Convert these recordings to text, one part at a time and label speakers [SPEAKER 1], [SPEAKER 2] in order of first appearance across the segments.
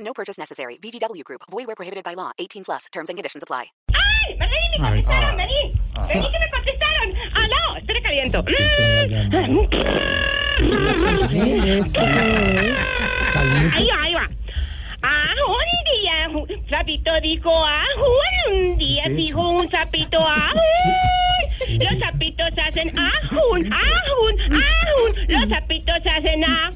[SPEAKER 1] No purchase necessary. VGW Group. Void where prohibited by law. 18 plus. Terms and conditions apply.
[SPEAKER 2] ¡Ay! ¡Vení, me contestaron!
[SPEAKER 3] Ah.
[SPEAKER 2] ¡Vení! ¡Vení que me contestaron! ¡Aló! Espera, caliento. Ahí va, ahí va. Ah, un día, un sapito dijo ah, un día dijo un sapito ah, un. Los sapitos hacen ah, un, ah, un, ah, un. Los sapitos hicieron ah,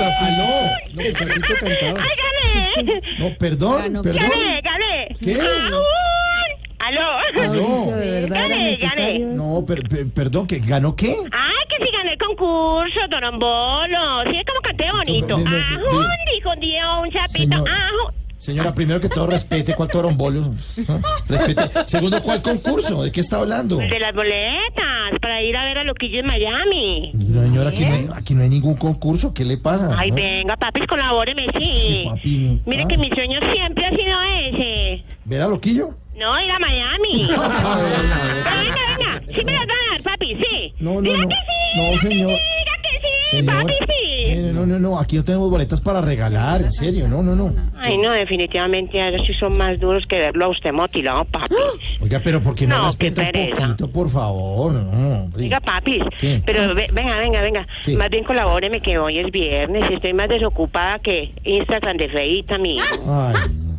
[SPEAKER 3] Ah, no, no, el sapito
[SPEAKER 2] un.
[SPEAKER 3] cantaba.
[SPEAKER 2] ¡Ay, gané!
[SPEAKER 3] No, perdón, perdón.
[SPEAKER 2] ¡Gané, gané!
[SPEAKER 3] ¿Qué?
[SPEAKER 2] ¡Ah, un! ¡Aló!
[SPEAKER 3] No,
[SPEAKER 4] de verdad era
[SPEAKER 2] Gané,
[SPEAKER 4] necesario.
[SPEAKER 3] no, per- per- perdón, que ganó qué?
[SPEAKER 2] Ay, que si gané el concurso, Don Ambolo. Sí, es como canté bonito.
[SPEAKER 3] No, no, no, no.
[SPEAKER 2] Ajún, dijo un día un chapito.
[SPEAKER 3] Señor.
[SPEAKER 2] Ajún.
[SPEAKER 3] Señora, primero que todo respete cuál torombolio. ¿Ah? Respete. Segundo, ¿cuál concurso? ¿De qué está hablando?
[SPEAKER 2] De las boletas, para ir a ver a Loquillo en Miami.
[SPEAKER 3] Señora, aquí no, hay, aquí no hay ningún concurso. ¿Qué le pasa?
[SPEAKER 2] Ay,
[SPEAKER 3] ¿Ah?
[SPEAKER 2] venga, papis, colabóreme, sí.
[SPEAKER 3] Sí, papi, no.
[SPEAKER 2] Mire
[SPEAKER 3] Ah.
[SPEAKER 2] que mi sueño siempre ha sido ese.
[SPEAKER 3] ¿Verá loquillo?
[SPEAKER 2] No, ir a Miami.
[SPEAKER 3] A ver, a ver.
[SPEAKER 2] Pero venga, venga, sí me las van a dar, papi, sí.
[SPEAKER 3] No, no,
[SPEAKER 2] diga
[SPEAKER 3] no.
[SPEAKER 2] que sí,
[SPEAKER 3] No,
[SPEAKER 2] diga que
[SPEAKER 3] señor.
[SPEAKER 2] sí, diga que sí,
[SPEAKER 3] Señor,
[SPEAKER 2] papi, sí.
[SPEAKER 3] mire, no, no, no, aquí no tenemos boletas para regalar, en serio, no, no, no.
[SPEAKER 2] Ay, no, definitivamente ahora sí son más duros que verlo a usted motilado, papi.
[SPEAKER 3] Oiga, pero ¿por qué no,
[SPEAKER 2] No, qué
[SPEAKER 3] respeta un
[SPEAKER 2] pereza.
[SPEAKER 3] poquito, por favor? No, hombre.
[SPEAKER 2] Diga, papis,
[SPEAKER 3] ¿Qué?
[SPEAKER 2] pero ve- venga, venga, venga.
[SPEAKER 3] ¿Qué?
[SPEAKER 2] Más bien colabóreme que hoy es viernes y estoy más desocupada que Instagram de feita, mi.
[SPEAKER 3] Ay, no.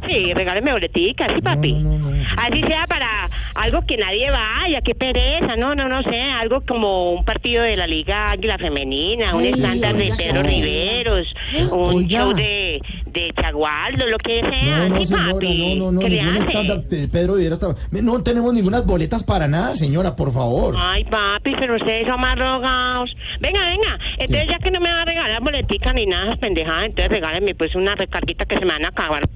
[SPEAKER 2] Sí, regáleme boleticas, sí, papi.
[SPEAKER 3] ¡Ah! no, no, no.
[SPEAKER 2] Así sea para algo que nadie vaya, qué pereza. No, no, no sé. Algo como un partido de la Liga Águila Femenina, un
[SPEAKER 4] Ay,
[SPEAKER 2] estándar de
[SPEAKER 4] oiga,
[SPEAKER 2] Pedro
[SPEAKER 4] sí.
[SPEAKER 2] Riveros, un
[SPEAKER 3] Oiga.
[SPEAKER 2] show de, de Chagualdo, lo que sea.
[SPEAKER 3] No, no,
[SPEAKER 2] sí,
[SPEAKER 3] señora,
[SPEAKER 2] papi.
[SPEAKER 3] no, no, no,
[SPEAKER 2] ¿Qué le
[SPEAKER 3] ningún
[SPEAKER 2] hace?
[SPEAKER 3] estándar de Pedro Viveros está- No tenemos ninguna boletas para nada, señora, por favor.
[SPEAKER 2] Ay, papi, pero ustedes son más rogados. Venga, venga. Entonces, ya que no me va a regalar boletica ni nada de esas pendejadas, entonces regálenme pues una recarguita que se me van a acabar